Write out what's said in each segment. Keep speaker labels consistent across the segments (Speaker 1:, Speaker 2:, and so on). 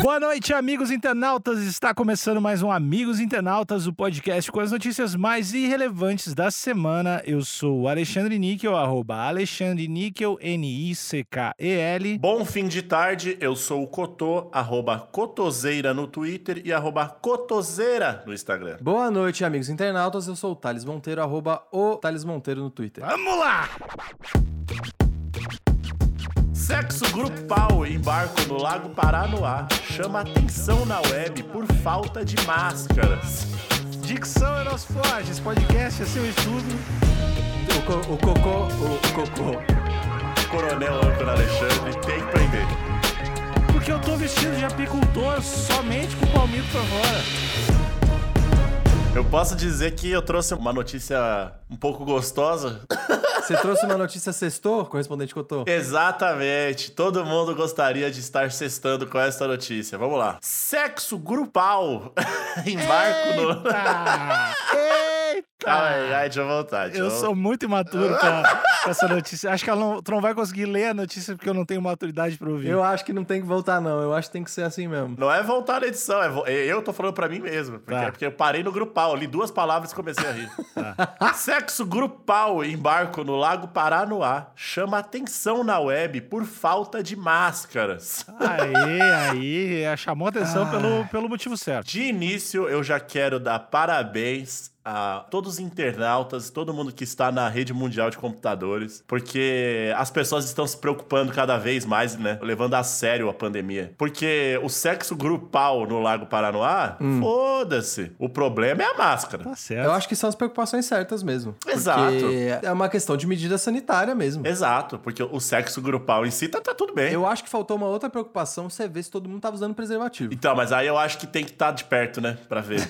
Speaker 1: Boa noite, amigos internautas. Está começando mais um Amigos Internautas, o podcast com as notícias mais irrelevantes da semana. Eu sou o Alexandre Níquel, arroba Alexandre Níquel, N-I-C-K-E-L.
Speaker 2: Bom fim de tarde, eu sou o Cotô, arroba Cotoseira no Twitter e arroba Cotoseira no Instagram.
Speaker 3: Boa noite, amigos internautas. Eu sou o Thales Monteiro, arroba o Thales Monteiro no Twitter.
Speaker 1: Vamos lá!
Speaker 2: Sexo grupal em barco no Lago Paranoá chama atenção na web por falta de máscaras.
Speaker 1: Dicção é nosso forte, esse podcast é seu estudo.
Speaker 3: O, co- o cocô, o cocô.
Speaker 2: Coronel Âncora Alexandre tem que prender.
Speaker 1: Porque eu tô vestido de apicultor somente com o palmito pra fora.
Speaker 2: Eu posso dizer que eu trouxe uma notícia um pouco gostosa.
Speaker 3: Você trouxe uma notícia sextou, correspondente Cotô?
Speaker 2: Exatamente, todo mundo gostaria de estar sextando com essa notícia. Vamos lá. Sexo grupal em barco no.
Speaker 1: Eita!
Speaker 2: Calma
Speaker 1: Eita!
Speaker 2: aí, ai, deixa eu voltar. deixa
Speaker 1: Ah, Eu
Speaker 2: voltar.
Speaker 1: sou muito imaturo pra, pra essa notícia. Acho que ela não, tu não vai conseguir ler a notícia porque eu não tenho maturidade pra ouvir.
Speaker 3: Eu acho que não tem que voltar, não. Eu acho que tem que ser assim mesmo.
Speaker 2: Não é voltar na edição, é vo- eu tô falando pra mim mesmo. Porque,
Speaker 1: Tá.
Speaker 2: é porque eu parei no grupal, li duas palavras e comecei a rir.
Speaker 1: Tá.
Speaker 2: Sexo grupal em barco no Lago Paranoá chama atenção na web por falta de máscaras.
Speaker 1: Aí, aí, chamou atenção pelo, pelo motivo certo.
Speaker 2: De início, eu já quero dar parabéns a todos os internautas, todo mundo que está na rede mundial de computadores, porque as pessoas estão se preocupando cada vez mais, né? Levando a sério a pandemia. Porque o sexo grupal no Lago Paranoá,
Speaker 3: Hum.
Speaker 2: foda-se. O problema é a máscara.
Speaker 1: Tá certo.
Speaker 3: Eu acho que são as preocupações certas mesmo. Porque
Speaker 2: Exato.
Speaker 3: É uma questão de medida sanitária mesmo.
Speaker 2: Exato, porque o sexo grupal em si tá, tá tudo bem.
Speaker 3: Eu acho que faltou uma outra preocupação, você ver se todo mundo tava usando preservativo.
Speaker 2: Então, mas aí eu acho que tem que estar de perto, né? Pra ver.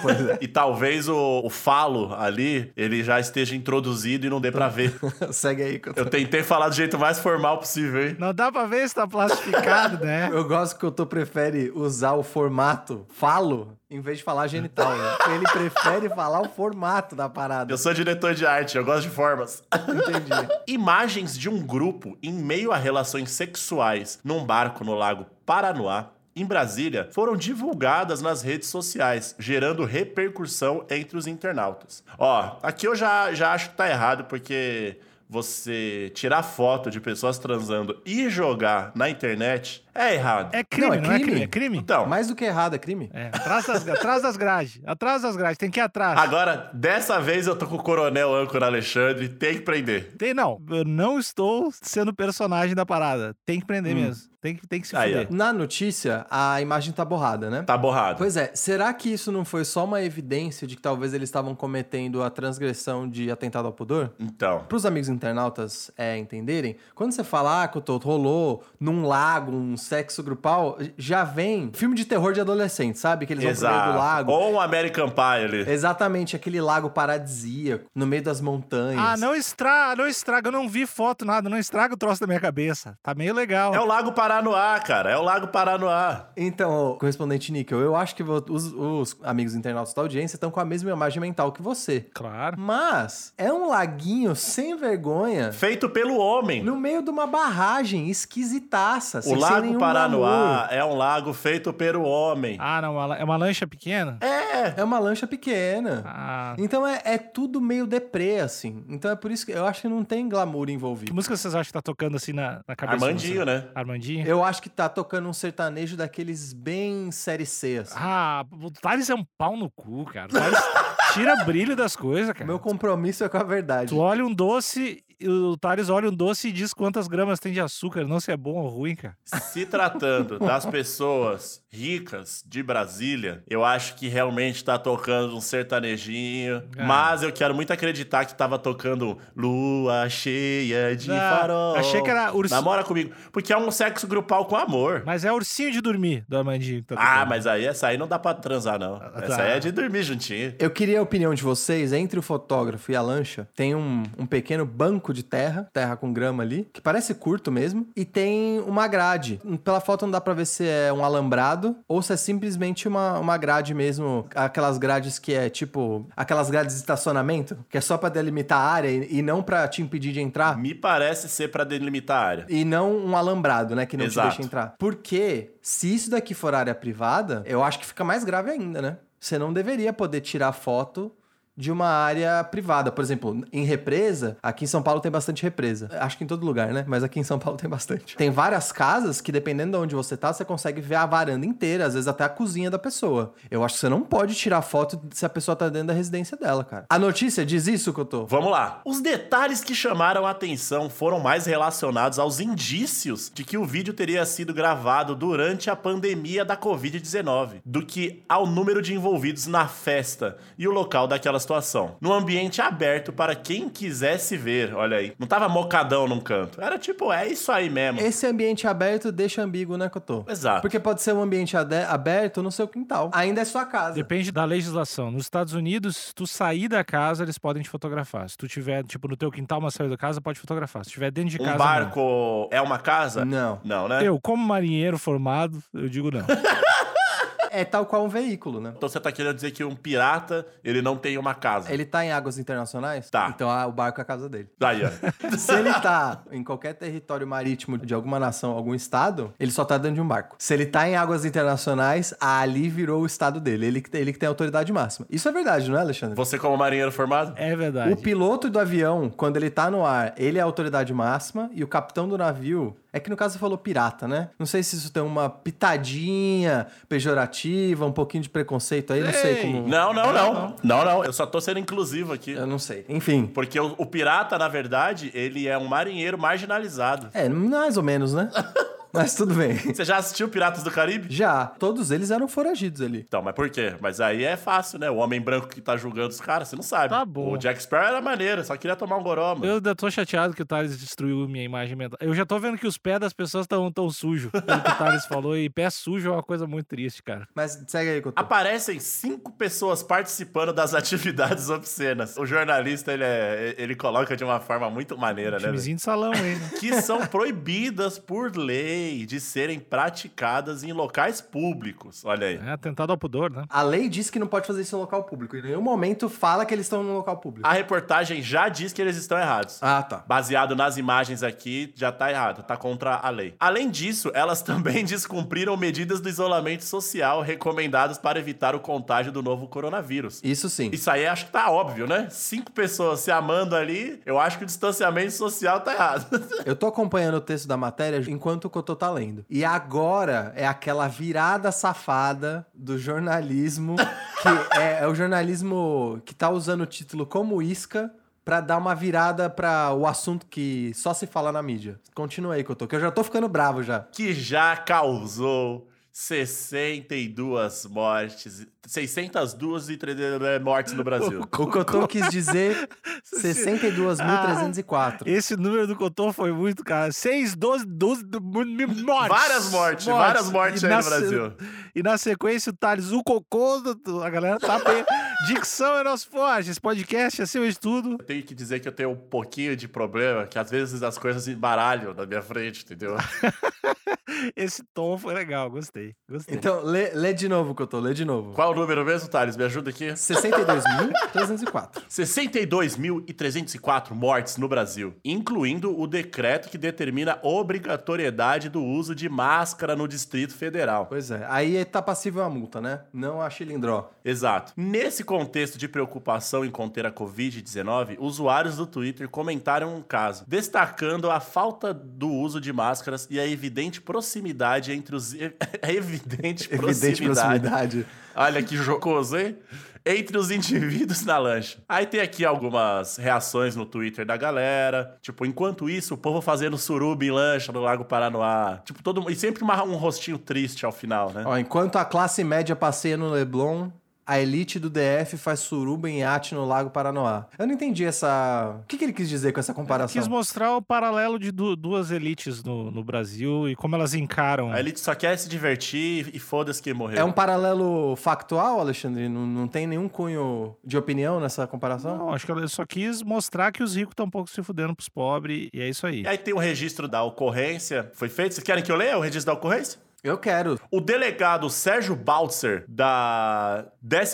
Speaker 3: Pois é.
Speaker 2: E talvez o, o falo ali, ele já esteja introduzido e não dê pra ver.
Speaker 3: Segue aí, Cotô.
Speaker 2: Eu tentei falar do jeito mais formal possível, hein?
Speaker 1: Não dá pra ver se tá plastificado, né?
Speaker 3: Eu gosto que o Tô prefere usar o formato falo em vez de falar genital. Né? Ele prefere falar o formato da parada.
Speaker 2: Eu sou diretor de arte, eu gosto de formas.
Speaker 3: Entendi.
Speaker 2: Imagens de um grupo em meio a relações sexuais num barco no Lago Paranoá. Em Brasília, foram divulgadas nas redes sociais, gerando repercussão entre os internautas. Ó, aqui eu já, já acho que tá errado, porque você tirar foto de pessoas transando e jogar na internet é errado.
Speaker 1: É crime, não,
Speaker 3: Não,
Speaker 1: é,
Speaker 3: é
Speaker 1: crime.
Speaker 3: crime.
Speaker 1: é crime?
Speaker 2: Então,
Speaker 3: Mais do que errado, é crime?
Speaker 1: É, atrás das, atrás das grades. Atrás das grades, tem que ir atrás.
Speaker 2: agora, dessa vez eu tô com o coronel âncora Alexandre, tem que prender.
Speaker 1: Tem, não, eu não estou sendo personagem da parada. Tem que prender mesmo. Tem que, tem que se
Speaker 2: Aí,
Speaker 1: fuder.
Speaker 3: Na notícia, a imagem tá borrada, né?
Speaker 2: Tá borrado.
Speaker 3: Pois é, será que isso não foi só uma evidência de que talvez eles estavam cometendo a transgressão de atentado ao pudor?
Speaker 2: Então.
Speaker 3: Para os amigos internautas é, entenderem, quando você fala ah, que rolou num lago, um sexo grupal, já vem filme de terror de adolescente, sabe? Que eles vão pro meio
Speaker 2: Exato.
Speaker 3: do lago. É.
Speaker 2: Ou um American Pie ali.
Speaker 3: Exatamente, aquele lago paradisíaco, no meio das montanhas.
Speaker 1: Ah, não estraga, não estraga. Eu não vi foto, nada. Não estraga o troço da minha cabeça. Tá meio legal.
Speaker 2: É o Lago Paranoá, cara. É o Lago Paranoá.
Speaker 3: Então, ô, correspondente Níquel, eu acho que vo- os, os amigos internautas da audiência estão com a mesma imagem mental que você.
Speaker 1: Claro.
Speaker 3: Mas é um laguinho sem vergonha
Speaker 2: Feito pelo homem.
Speaker 3: no meio de uma barragem esquisitaça. assim,
Speaker 2: o
Speaker 3: sem- sem
Speaker 2: Lago
Speaker 3: nenhum
Speaker 2: Paranoá
Speaker 3: glamour.
Speaker 2: é um lago feito pelo homem.
Speaker 1: Ah, não, uma lan- é uma lancha pequena?
Speaker 2: É.
Speaker 3: É uma lancha pequena.
Speaker 1: Ah,
Speaker 3: Então é, é tudo meio deprê, assim. Então é por isso que eu acho que não tem glamour
Speaker 1: que
Speaker 3: envolvido.
Speaker 1: música vocês acham que tá tocando assim na, na cabeça? de
Speaker 2: Armandinho,
Speaker 1: vocês?
Speaker 2: né?
Speaker 1: Armandinho?
Speaker 3: Eu acho que tá tocando um sertanejo daqueles bem série C, assim.
Speaker 1: Ah, o Thales é um pau no cu, cara. O Thales tira brilho das coisas, cara.
Speaker 3: Meu compromisso é com a verdade.
Speaker 1: Tu olha um doce, e o Thales olha um doce e diz quantas gramas tem de açúcar. Não se é bom ou ruim, cara.
Speaker 2: Se tratando das pessoas ricas de Brasília, eu acho que realmente tá tocando um sertanejinho.
Speaker 3: É.
Speaker 1: Ah.
Speaker 2: Mas eu quero muito acreditar que tava tocando Lua Cheia de
Speaker 1: Ah,
Speaker 2: Farol.
Speaker 1: Achei que era ursinho.
Speaker 2: Namora comigo. Porque é um sexo grupal com amor.
Speaker 1: Mas é ursinho de dormir do Armandinho. que tá
Speaker 2: Ah,
Speaker 1: tocando.
Speaker 2: mas aí essa aí não dá pra transar, não.
Speaker 1: Ah,
Speaker 2: Essa
Speaker 1: tá.
Speaker 2: aí é de dormir juntinho.
Speaker 3: Eu queria a opinião de vocês. Entre o fotógrafo e a lancha, tem um, um pequeno banco bloco de terra, terra com grama ali, que parece curto mesmo, e tem uma grade. Pela foto não dá pra ver se é um alambrado ou se é simplesmente uma, uma grade mesmo, aquelas grades que é tipo, aquelas grades de estacionamento, que é só pra delimitar a área e, e não pra te impedir de
Speaker 1: Ah.
Speaker 3: entrar.
Speaker 2: Me parece ser pra delimitar a área.
Speaker 3: E não um alambrado, né, que não
Speaker 2: Exato.
Speaker 3: te deixa entrar. Porque se isso daqui for área privada, eu acho que fica mais grave ainda, né? Você não deveria poder tirar foto de uma área privada. Por exemplo, em represa, aqui em São Paulo tem bastante represa. Acho que em todo lugar, né? Mas aqui em São Paulo tem bastante. Tem várias casas que, dependendo de onde você tá, você consegue ver a varanda inteira, às vezes até a cozinha da pessoa. Eu acho que você não pode tirar foto se a pessoa tá dentro da residência dela, cara. A notícia diz isso que eu tô.
Speaker 2: Vamos lá. Os detalhes que chamaram a atenção foram mais relacionados aos indícios de que o vídeo teria sido gravado durante a pandemia da Covid-19 do que ao número de envolvidos na festa e o local daquela situação. Num ambiente aberto para quem quisesse ver, olha aí. Não tava mocadão num canto. Era tipo, é isso aí mesmo.
Speaker 3: Esse ambiente aberto deixa ambíguo, né, Cotô?
Speaker 2: Exato.
Speaker 3: Porque pode ser um ambiente ade- aberto no seu quintal. Ainda é sua casa.
Speaker 1: Depende da legislação. Nos Estados Unidos, se tu sair da casa, eles podem te fotografar. Se tu tiver, tipo, no teu quintal, uma saída da casa, pode fotografar. Se tiver dentro de casa.
Speaker 2: Um
Speaker 1: não.
Speaker 2: barco é uma casa?
Speaker 3: Não.
Speaker 2: Não, né?
Speaker 1: Eu, como marinheiro formado, eu digo não.
Speaker 3: É tal qual um veículo, né?
Speaker 2: Então você tá querendo dizer que um pirata, ele não tem uma casa.
Speaker 3: Ele tá em águas internacionais?
Speaker 2: Tá.
Speaker 3: Então ah, o barco é a casa dele.
Speaker 2: Daí, ó.
Speaker 3: Se ele tá em qualquer território marítimo de alguma nação, algum estado, ele só tá dentro de um barco. Se ele tá em águas internacionais, ali virou o estado dele. Ele, que- ele que tem a autoridade máxima. Isso é verdade, não é, Alexandre?
Speaker 2: Você como marinheiro formado?
Speaker 1: É verdade.
Speaker 3: O piloto do avião, quando ele tá no ar, ele é a autoridade máxima e o capitão do navio. É que no caso você falou pirata, né? Não sei se isso tem uma pitadinha pejorativa, um pouquinho de preconceito aí, não sei
Speaker 1: Ei,
Speaker 3: como.
Speaker 2: Não, não, não. Não, não. Eu só tô sendo inclusivo aqui.
Speaker 3: Eu não sei. Enfim.
Speaker 2: Porque o, o pirata, na verdade, ele é um marinheiro marginalizado.
Speaker 3: É, mais ou menos, né? Mas tudo bem.
Speaker 2: Você já assistiu Piratas do Caribe?
Speaker 3: Já, todos eles eram foragidos ali.
Speaker 2: Então, mas por quê? Mas aí é fácil, né? O homem branco que tá julgando os caras, você não sabe.
Speaker 1: Tá bom.
Speaker 2: O Jack Sparrow era maneiro, só queria tomar um goró, mano.
Speaker 1: Eu ainda tô chateado que o Thales destruiu minha imagem mental. Eu já tô vendo que os pés das pessoas estão tão sujos, pelo que o Thales falou, e pé sujo é uma coisa muito triste, cara.
Speaker 3: Mas segue aí, Couto.
Speaker 2: Aparecem cinco pessoas participando das atividades obscenas. O jornalista, ele, é- ele coloca de uma forma muito maneira, né? velho?
Speaker 1: Timezinho de salão, hein? né?
Speaker 2: que são proibidas por lei de serem praticadas em locais públicos. Olha aí.
Speaker 1: É, atentado ao pudor, né?
Speaker 3: A lei diz que não pode fazer isso em local público. Em nenhum momento fala que eles estão no local público.
Speaker 2: A reportagem já diz que eles estão errados.
Speaker 3: Ah, tá.
Speaker 2: Baseado nas imagens aqui, já tá errado, tá contra a lei. Além disso, elas também descumpriram medidas do isolamento social recomendadas para evitar o contágio do novo coronavírus.
Speaker 3: Isso sim.
Speaker 2: Isso aí acho que tá óbvio, né? Cinco pessoas se amando ali, eu acho que o distanciamento social tá errado.
Speaker 3: Eu tô acompanhando o texto da matéria enquanto o Cotô tá lendo. E agora é aquela virada safada do jornalismo, que é, é o jornalismo que tá usando o título como isca pra dar uma virada pra o assunto que só se fala na mídia. Continua aí, Cotô, que eu já tô ficando bravo já.
Speaker 2: que já causou 62 mortes, 602 e 300 mortes no Brasil.
Speaker 3: O Cotô quis dizer 62.304.
Speaker 1: Esse número do Cotô foi muito, cara. 6, 12, 12 do- mortes.
Speaker 2: Várias mortes, várias mortes
Speaker 1: E
Speaker 2: aí no
Speaker 1: na se-
Speaker 2: Brasil.
Speaker 1: E na sequência, o Thales, o cocô, do- do- a galera tá bem. Dicção é nosso forte, esse podcast é seu estudo.
Speaker 2: Eu tenho que dizer que eu tenho um pouquinho de problema, que às vezes as coisas embaralham na minha frente, entendeu?
Speaker 1: Esse tom foi legal, gostei, gostei.
Speaker 3: Então, lê, lê de novo, Cotô, lê de novo.
Speaker 2: Qual é o número mesmo, Thales? Me ajuda aqui.
Speaker 3: 62.304.
Speaker 2: 62.304 mortes no Brasil, incluindo o decreto que determina a obrigatoriedade do uso de máscara no Distrito Federal.
Speaker 3: Pois é, aí tá passível a multa, né? Não a chilindró.
Speaker 2: Exato. Nesse contexto de preocupação em conter a Covid-19, usuários do Twitter comentaram um caso, destacando a falta do uso de máscaras e a evidente proximidade entre os. A evidente,
Speaker 3: Evidente proximidade.
Speaker 2: Olha que jocoso, hein? Entre os indivíduos na lancha. Aí tem aqui algumas reações no Twitter da galera. Tipo, enquanto isso, o povo fazendo suruba em lancha no Lago Paranoá. Tipo, todo mundo. E sempre uma- um rostinho triste ao final, né?
Speaker 3: Ó, enquanto a classe média passeia no Leblon, A elite do DF faz suruba em iate no Lago Paranoá. Eu não entendi essa. O que, que ele quis dizer com essa comparação?
Speaker 1: Quis mostrar o paralelo de du- duas elites no, no Brasil e como elas encaram.
Speaker 2: A elite só quer se divertir e foda-se quem morreu.
Speaker 3: É um paralelo factual, Alexandre? Não, não tem nenhum cunho de opinião nessa comparação?
Speaker 2: "Ah,
Speaker 1: Não, acho que ela só quis mostrar que os ricos estão um pouco se fudendo pros pobres e é isso aí.
Speaker 2: E aí tem o registro da ocorrência. Foi feito? Vocês querem que eu leia o registro da ocorrência?
Speaker 3: Eu quero.
Speaker 2: O delegado Sérgio Baltzer, da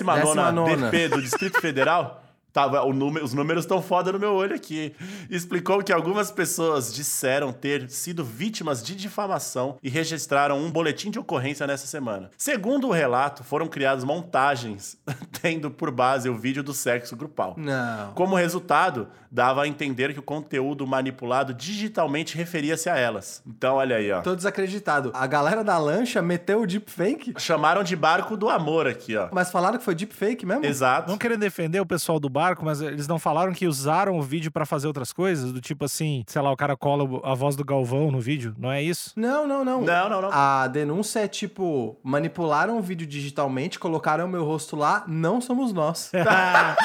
Speaker 2: 19
Speaker 3: 19ª.
Speaker 2: DP do Distrito Federal, tava, o número- os números estão foda no meu olho aqui, explicou que algumas pessoas disseram ter sido vítimas de difamação e registraram um boletim de ocorrência nessa semana. Segundo o relato, foram criadas montagens tendo por base o vídeo do sexo grupal.
Speaker 3: Não.
Speaker 2: Como resultado, dava a entender que o conteúdo manipulado digitalmente referia-se a elas. Então, olha aí, ó.
Speaker 3: Tô desacreditado. A galera da lancha meteu o deepfake,
Speaker 2: Chamaram de barco do amor aqui, ó.
Speaker 3: mas falaram que foi deepfake mesmo?
Speaker 2: Exato.
Speaker 1: Não querendo defender o pessoal do barco, mas eles não falaram que usaram o vídeo pra fazer outras coisas? Do tipo assim, sei lá, o cara cola o- a voz do Galvão no vídeo? Não é isso?
Speaker 3: Não, não, não.
Speaker 2: Não, não, não.
Speaker 3: A denúncia é tipo: manipularam o vídeo digitalmente, colocaram o meu rosto lá, não somos nós.
Speaker 1: ah,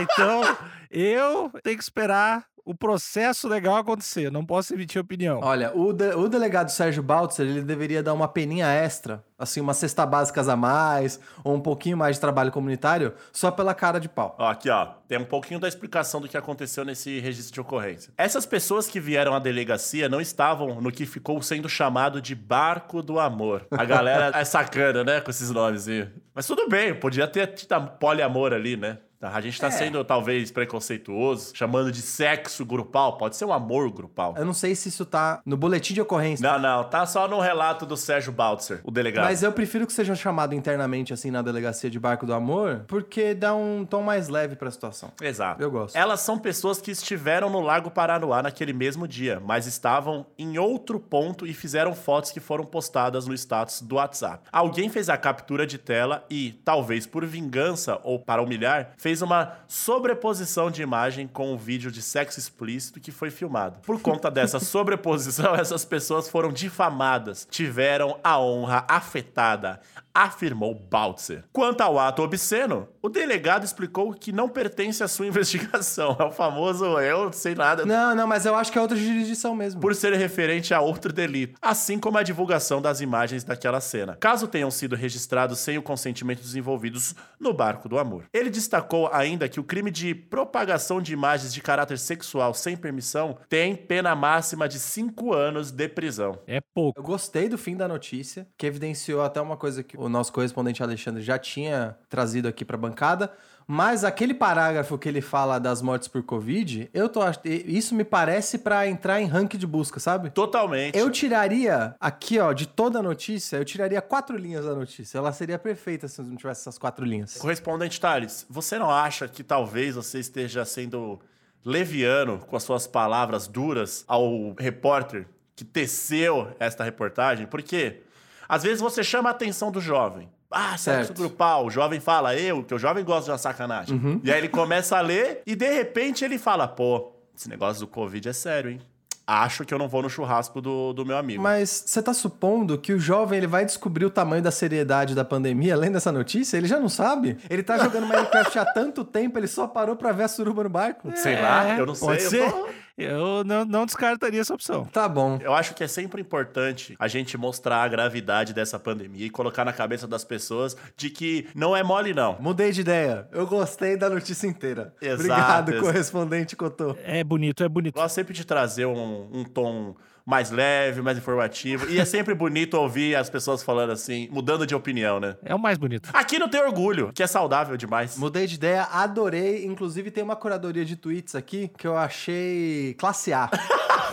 Speaker 1: então eu tenho que esperar o processo legal acontecer. Não posso emitir opinião.
Speaker 3: Olha, o, de- o delegado Sérgio Baltzer, ele deveria dar uma peninha extra, assim, uma cesta básicas a mais, ou um pouquinho mais de trabalho comunitário, só pela cara de pau.
Speaker 2: Ó, aqui, ó. Tem um pouquinho da explicação do que aconteceu nesse registro de ocorrência. Essas pessoas que vieram à delegacia não estavam no que ficou sendo chamado de barco do amor. A galera é sacana, né, com esses nomes aí. Mas tudo bem, podia ter tido poliamor ali, né? A gente
Speaker 3: É.
Speaker 2: tá sendo, talvez, preconceituoso, chamando de sexo grupal. Pode ser um amor grupal.
Speaker 3: Eu não sei se isso tá no boletim de ocorrência.
Speaker 2: Não, não, tá só no relato do Sérgio Baltzer, o delegado.
Speaker 3: Mas eu prefiro que seja chamado internamente, assim, na delegacia de Barco do Amor, porque dá um tom mais leve pra situação.
Speaker 2: Exato.
Speaker 3: Eu gosto.
Speaker 2: Elas são pessoas que estiveram no Lago Paranoá naquele mesmo dia, mas estavam em outro ponto e fizeram fotos que foram postadas no status do WhatsApp. Alguém fez a captura de tela e, talvez por vingança ou para humilhar, fez uma sobreposição de imagem com o vídeo de sexo explícito que foi filmado. Por conta dessa sobreposição, essas pessoas foram difamadas, tiveram a honra afetada, afirmou Baltzer. Quanto ao ato obsceno, o delegado explicou que não pertence à sua investigação. É o famoso eu sei nada.
Speaker 3: Não, não, mas eu acho que é outra jurisdição mesmo.
Speaker 2: Por ser referente a outro delito, assim como a divulgação das imagens daquela cena, caso tenham sido registrados sem o consentimento dos envolvidos no barco do amor. Ele destacou ainda que o crime de propagação de imagens de caráter sexual sem permissão tem pena máxima de 5 anos de prisão.
Speaker 1: É pouco.
Speaker 3: Eu gostei do fim da notícia, que evidenciou até uma coisa que o nosso correspondente Alexandre já tinha trazido aqui pra bancada. Mas aquele parágrafo que ele fala das mortes por Covid, eu tô ach- isso me parece pra entrar em ranking de busca, sabe?
Speaker 2: Totalmente.
Speaker 3: Eu tiraria aqui, ó, de toda a notícia, eu tiraria quatro linhas da notícia. Ela seria perfeita se não tivesse essas quatro linhas.
Speaker 2: Correspondente Thales, você não acha que talvez você esteja sendo leviano com as suas palavras duras ao repórter que teceu esta reportagem? Porque às vezes você chama a atenção do jovem. Ah, sexo
Speaker 3: Certo.
Speaker 2: grupal. O jovem fala, eu, que o jovem gosta de uma sacanagem.
Speaker 1: Uhum.
Speaker 2: E aí ele começa a ler e de repente ele fala, pô, esse negócio do Covid é sério, hein? Acho que eu não vou no churrasco do, do meu amigo.
Speaker 3: Mas você tá supondo que o jovem ele vai descobrir o tamanho da seriedade da pandemia além dessa notícia? Ele já não sabe? Ele tá jogando Minecraft há tanto tempo, ele só parou pra ver a suruba no barco?
Speaker 2: Sei lá,
Speaker 1: É,
Speaker 2: eu não sei.
Speaker 1: Pode
Speaker 2: eu
Speaker 1: ser?
Speaker 2: tô-
Speaker 1: Eu não, não descartaria essa opção.
Speaker 3: Tá bom.
Speaker 2: Eu acho que é sempre importante a gente mostrar a gravidade dessa pandemia e colocar na cabeça das pessoas de que não é mole, não.
Speaker 3: Mudei de ideia. Eu gostei da notícia inteira.
Speaker 2: Exato,
Speaker 3: Obrigado,
Speaker 2: exato.
Speaker 3: correspondente Cotô.
Speaker 1: É bonito, é bonito.
Speaker 2: Eu gosto sempre de trazer um, um tom mais leve, mais informativo. E é sempre bonito ouvir as pessoas falando assim, mudando de opinião, né?
Speaker 1: É o mais bonito.
Speaker 2: Aqui não tem orgulho, que é saudável demais.
Speaker 3: Mudei de ideia, adorei. Inclusive, tem uma curadoria de tweets aqui que eu achei classe A.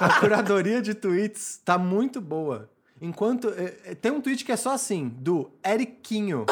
Speaker 3: a curadoria de tweets tá muito boa. Enquanto. eh, eh, Tem um tweet que é só assim, do Eriquinho.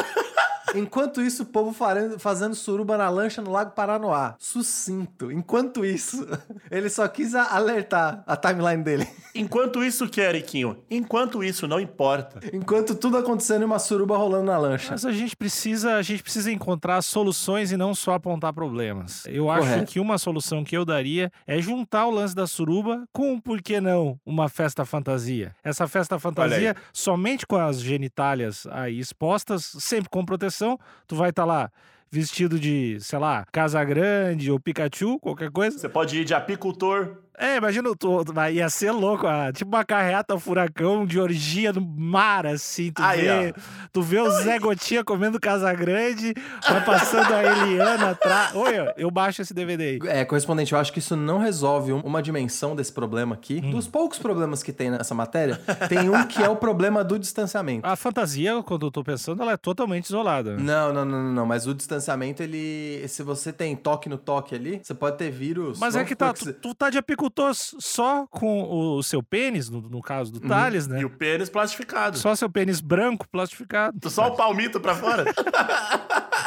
Speaker 3: Enquanto isso, o povo farando- fazendo suruba na lancha no Lago Paranoá. Sucinto. Enquanto isso, ele só quis a- alertar a timeline dele.
Speaker 2: Enquanto isso, que é, Eriquinho, enquanto isso não importa.
Speaker 3: Enquanto tudo acontecendo e uma suruba rolando na lancha.
Speaker 1: Mas a gente precisa, a gente precisa encontrar soluções e não só apontar problemas. Eu acho
Speaker 3: Correto.
Speaker 1: que uma solução que eu daria é juntar o lance da suruba com, por que não, uma festa fantasia. Essa festa fantasia somente com as genitálias aí expostas, sempre com proteção. apresentação, tu vai estar lá vestido de, sei lá, Casa Grande ou Pikachu, qualquer coisa.
Speaker 2: Você pode ir de apicultor,
Speaker 1: É, imagina, o tu, tu- vai- ia ser louco, ah, tipo uma carreata furacão de orgia no mar, assim, tu
Speaker 2: Aí,
Speaker 1: vê, tu vê o Zé Gotinha comendo Casa Grande, vai passando a Eliana atrás, oi, ó, eu baixo esse DVD aí.
Speaker 3: É, correspondente, eu acho que isso não resolve um- uma dimensão desse problema aqui.
Speaker 1: Hum.
Speaker 3: Dos poucos problemas que tem nessa matéria, tem um que é o problema do distanciamento.
Speaker 1: A fantasia, quando eu tô pensando, ela é totalmente isolada. né?
Speaker 3: Não, não, não, não, não, mas o distanciamento, ele. Se você tem toque no toque ali, você pode ter vírus.
Speaker 1: Mas é
Speaker 3: Vamos
Speaker 1: que tá, tu,
Speaker 3: supor
Speaker 1: tu tá de apicultor s- só com o, o seu pênis, no, no caso do Thales, né?
Speaker 2: E o pênis plastificado. Só,
Speaker 1: Só seu pênis branco, plastificado.
Speaker 2: o palmito pra fora.
Speaker 3: se-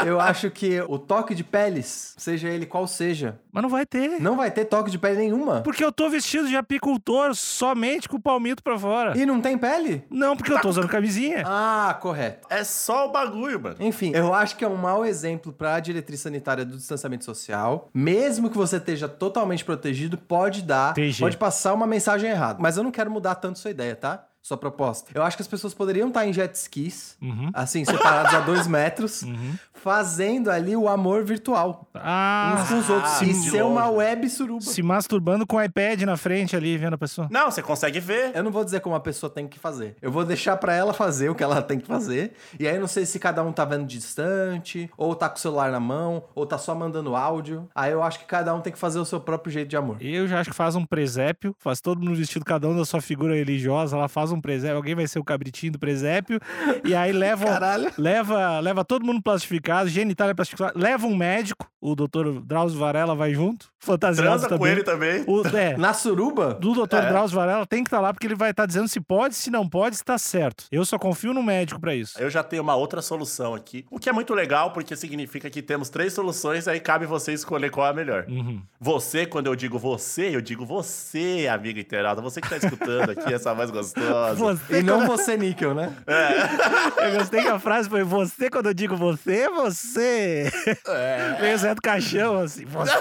Speaker 3: Eu acho que o toque de peles, seja ele qual seja,
Speaker 1: Mas não vai ter.
Speaker 3: não vai ter toque de pele nenhuma.
Speaker 1: Porque eu tô vestido de apicultor somente com o palmito pra fora.
Speaker 3: E não tem pele?
Speaker 1: Não, porque eu tô usando camisinha.
Speaker 3: Ah, correto.
Speaker 2: é só o bagulho, mano.
Speaker 3: Enfim, eu acho que é um mau exemplo para a diretriz sanitária do distanciamento social. Mesmo que você esteja totalmente protegido, pode dar,
Speaker 1: TG.
Speaker 3: pode passar uma mensagem errada. Mas eu não quero mudar tanto sua ideia, tá? Sua proposta. Eu acho que as pessoas poderiam estar em jet skis,
Speaker 1: Uhum.
Speaker 3: assim, separados a dois metros,
Speaker 2: Uhum.
Speaker 3: fazendo ali o amor virtual.
Speaker 1: Ah,
Speaker 3: Uns com os outros.
Speaker 2: sim,
Speaker 3: e
Speaker 2: de
Speaker 3: ser uma
Speaker 2: longe.
Speaker 3: web suruba.
Speaker 1: se masturbando com o iPad na frente ali, vendo a pessoa.
Speaker 2: Não, você consegue ver.
Speaker 3: Eu não vou dizer como a pessoa tem que fazer. Eu vou deixar pra ela fazer o que ela tem que fazer. E aí eu não sei se cada um tá vendo distante, ou tá com o celular na mão, ou tá só mandando áudio. Aí eu acho que cada um tem que fazer o seu próprio jeito de amor.
Speaker 1: Eu já acho que faz um presépio, faz todo mundo vestido, cada um da sua figura religiosa, ela faz um presépio, alguém vai ser o cabritinho do presépio, e aí leva, um
Speaker 3: Caralho.
Speaker 1: leva, leva todo mundo plastificado, genitália plastificada, leva um médico, o doutor Drauzio Varela vai junto, fantasiado
Speaker 2: Transa
Speaker 1: também.
Speaker 2: com ele É. também.
Speaker 1: O, é,
Speaker 3: Na suruba?
Speaker 1: do doutor Drauzio Varela tem que estar lá, porque ele vai estar dizendo se pode, se não pode, se tá certo. Eu só confio no médico pra isso.
Speaker 2: Eu já tenho uma outra solução aqui. O que é muito legal, porque significa que temos três soluções, aí cabe você escolher qual é a melhor.
Speaker 1: Uhum.
Speaker 2: Você, quando eu digo você, eu digo você, amigo internauta. Você que tá escutando aqui, essa voz gostosa.
Speaker 1: Você
Speaker 3: E não você, níquel, né?
Speaker 1: Eu gostei que a frase foi você, quando eu digo você, é você. Meio Zé do Caixão, assim, você.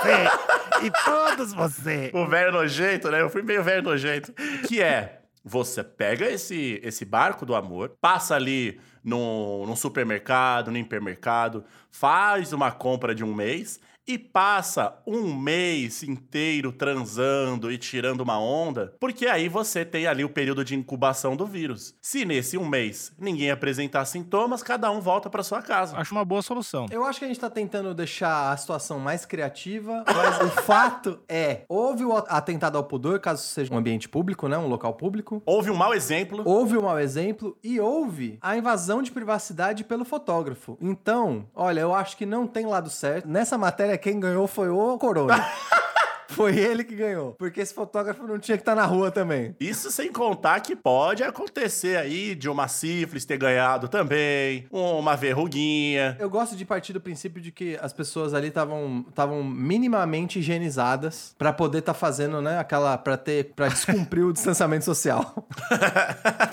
Speaker 1: e todos você.
Speaker 2: O velho nojento, né? Eu fui meio velho nojento. Que é, você pega esse, esse barco do amor, passa ali num, num supermercado, num hipermercado, faz uma compra de um mês e passa um mês inteiro transando e tirando uma onda, porque aí você tem ali o período de incubação do vírus. Se nesse um mês ninguém apresentar sintomas, cada um volta pra sua casa.
Speaker 1: Acho uma boa solução.
Speaker 3: Eu acho que a gente tá tentando deixar a situação mais criativa, mas o fato é: houve o atentado ao pudor, caso seja um ambiente público, né? Um local público.
Speaker 2: Houve um mau exemplo.
Speaker 3: Houve o mau exemplo e houve a invasão de privacidade pelo fotógrafo. Então, olha, eu acho que não tem lado certo. Nessa matéria, quem ganhou foi o Corona. foi ele que ganhou. Porque esse fotógrafo não tinha que estar na rua também.
Speaker 2: Isso sem contar que pode acontecer aí de uma sífilis ter ganhado também, uma verruguinha.
Speaker 3: Eu gosto de partir do princípio de que as pessoas ali estavam estavam minimamente higienizadas pra poder estar fazendo, né, aquela Pra ter para descumprir o distanciamento social.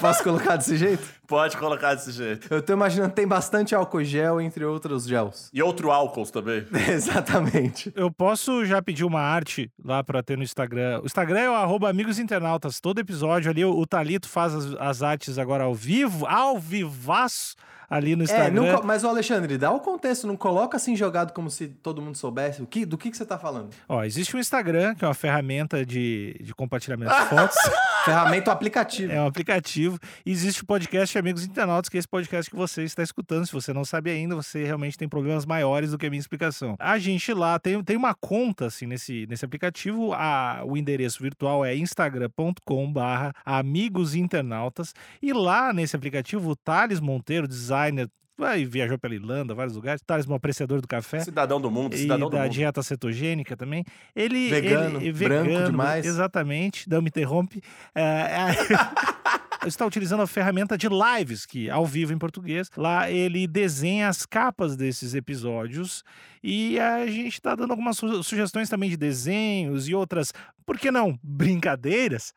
Speaker 3: Posso colocar desse jeito?
Speaker 2: Pode colocar desse jeito.
Speaker 3: Eu tô imaginando que tem bastante álcool gel entre outros gels.
Speaker 2: E outro álcool também.
Speaker 3: Exatamente.
Speaker 1: Eu posso já pedir uma arte lá pra ter no Instagram. O Instagram é o arroba amigos internautas. Todo episódio ali, o, o Talito faz as, as artes agora ao vivo, ao vivaço ali no
Speaker 3: É, não
Speaker 1: Instagram.
Speaker 3: co- mas o Alexandre, dá o contexto, não coloca assim jogado como se todo mundo soubesse o que, do que, que você tá falando.
Speaker 1: Ó, existe o Instagram, que é uma ferramenta de, de compartilhamento de fotos.
Speaker 3: Ferramenta ou aplicativo.
Speaker 1: É um aplicativo. E Existe o podcast Amigos Internautas, que é esse podcast que você está escutando. Se você não sabe ainda, você realmente tem problemas maiores do que a minha explicação. A gente lá tem, tem uma conta, assim, nesse, nesse aplicativo. A, o endereço virtual é instagram.com barra Amigos Internautas. E lá nesse aplicativo, o Thales Monteiro, designer, vai, viajou pela Irlanda, vários lugares. Thales, um apreciador do café.
Speaker 2: Cidadão do mundo,
Speaker 1: E
Speaker 2: cidadão do
Speaker 1: da
Speaker 2: mundo.
Speaker 1: dieta cetogênica também. Ele
Speaker 3: Vegano,
Speaker 1: ele,
Speaker 3: branco demais.
Speaker 1: Exatamente, não me interrompe. É, é, está utilizando a ferramenta de lives, que é ao vivo em português. Lá ele desenha as capas desses episódios e a gente está dando algumas su- sugestões também de desenhos e outras, por que não, brincadeiras.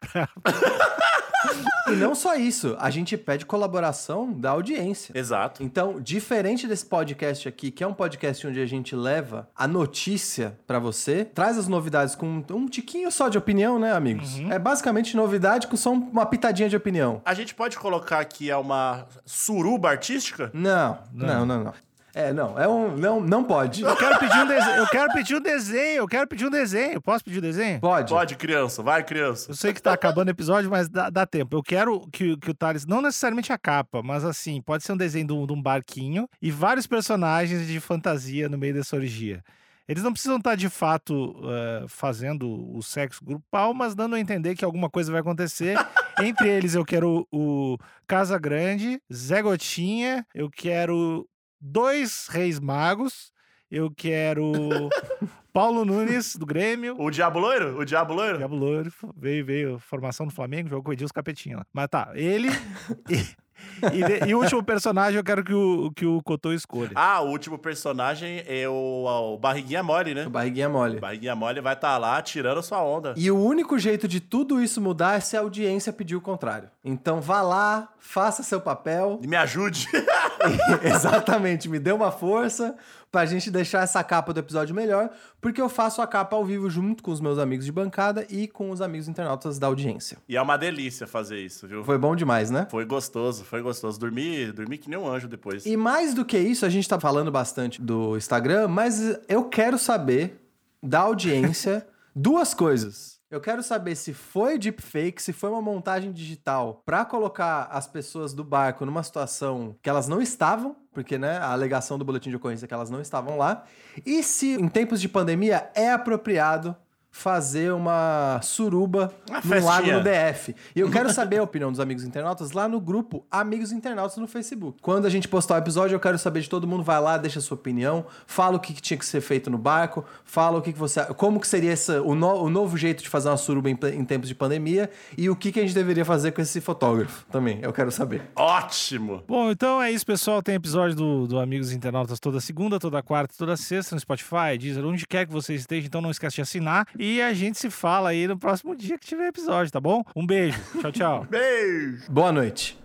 Speaker 3: E não só isso, a gente pede colaboração da audiência.
Speaker 2: Exato.
Speaker 3: Então, diferente desse podcast aqui, que é um podcast onde a gente leva a notícia pra você, traz as novidades com um, um tiquinho só de opinião, né, amigos? É basicamente novidade com só um- uma pitadinha de opinião.
Speaker 2: A gente pode colocar que é uma suruba artística?
Speaker 3: Não, não, não, não. É, não, é um. Não, não pode.
Speaker 1: Eu quero pedir um desenho, eu quero pedir um desenho, eu quero pedir um desenho. Posso pedir um desenho?
Speaker 3: Pode.
Speaker 2: Pode, criança, vai, criança.
Speaker 1: Eu sei que tá acabando o episódio, mas dá, dá tempo. Eu quero que, que o Thales, não necessariamente a capa, mas assim, pode ser um desenho de um, de um barquinho e vários personagens de fantasia no meio dessa orgia. Eles não precisam estar de fato eh, fazendo o sexo grupal, mas dando a entender que alguma coisa vai acontecer. Entre eles, eu quero o Casa Grande, Zé Gotinha, eu quero dois Reis Magos, eu quero Paulo Nunes, do Grêmio.
Speaker 2: O Diabo Loiro? O Diabo Loiro?
Speaker 1: Diabo Louro veio, veio, formação do Flamengo, jogou com o Edilson Capetinho lá. Mas tá, ele. e, e de- e o último personagem eu quero que o, que o Cotô escolha.
Speaker 2: Ah, o último personagem é o, o Barriguinha Mole, né?
Speaker 3: O Barriguinha é mole.
Speaker 2: O Barriguinha Mole vai estar lá tirando sua onda.
Speaker 3: E o único jeito de tudo isso mudar é se a audiência pedir o contrário. Então vá lá, faça seu papel.
Speaker 2: E me ajude.
Speaker 3: Exatamente, me dê uma força pra gente deixar essa capa do episódio melhor, porque eu faço a capa ao vivo junto com os meus amigos de bancada e com os amigos internautas da audiência.
Speaker 2: e é uma delícia fazer isso, viu? Foi,
Speaker 3: Foi bom demais, né?
Speaker 2: gostoso, foi gostoso. Dormi, dormi que nem um anjo depois.
Speaker 3: E mais do que isso, a gente tá falando bastante do Instagram, mas eu quero saber da audiência duas coisas. Eu quero saber se foi deepfake, se foi uma montagem digital pra colocar as pessoas do barco numa situação que elas não estavam, porque né, a alegação do boletim de ocorrência é que elas não estavam lá, e se em tempos de pandemia é apropriado fazer uma suruba
Speaker 2: Uma
Speaker 3: num lago
Speaker 2: festinha.
Speaker 3: no DF. E eu quero saber a opinião dos amigos internautas lá no grupo Amigos Internautas no Facebook. Quando a gente postar o episódio, eu quero saber de todo mundo. Vai lá, deixa a sua opinião, fala o que, que tinha que ser feito no barco, fala o que, que você. Como que seria essa, o, no- o novo jeito de fazer uma suruba em, ple- em tempos de pandemia e o que, que a gente deveria fazer com esse fotógrafo também. Eu quero saber.
Speaker 2: Ótimo!
Speaker 1: Bom, então é isso, pessoal. Tem episódio do, do Amigos Internautas toda segunda, toda quarta, toda sexta no Spotify, Deezer, onde quer que você esteja. Então não esquece de assinar. E a gente se fala aí no próximo dia que tiver episódio, tá bom? Um beijo. Tchau, tchau.
Speaker 2: Beijo!
Speaker 3: Boa noite.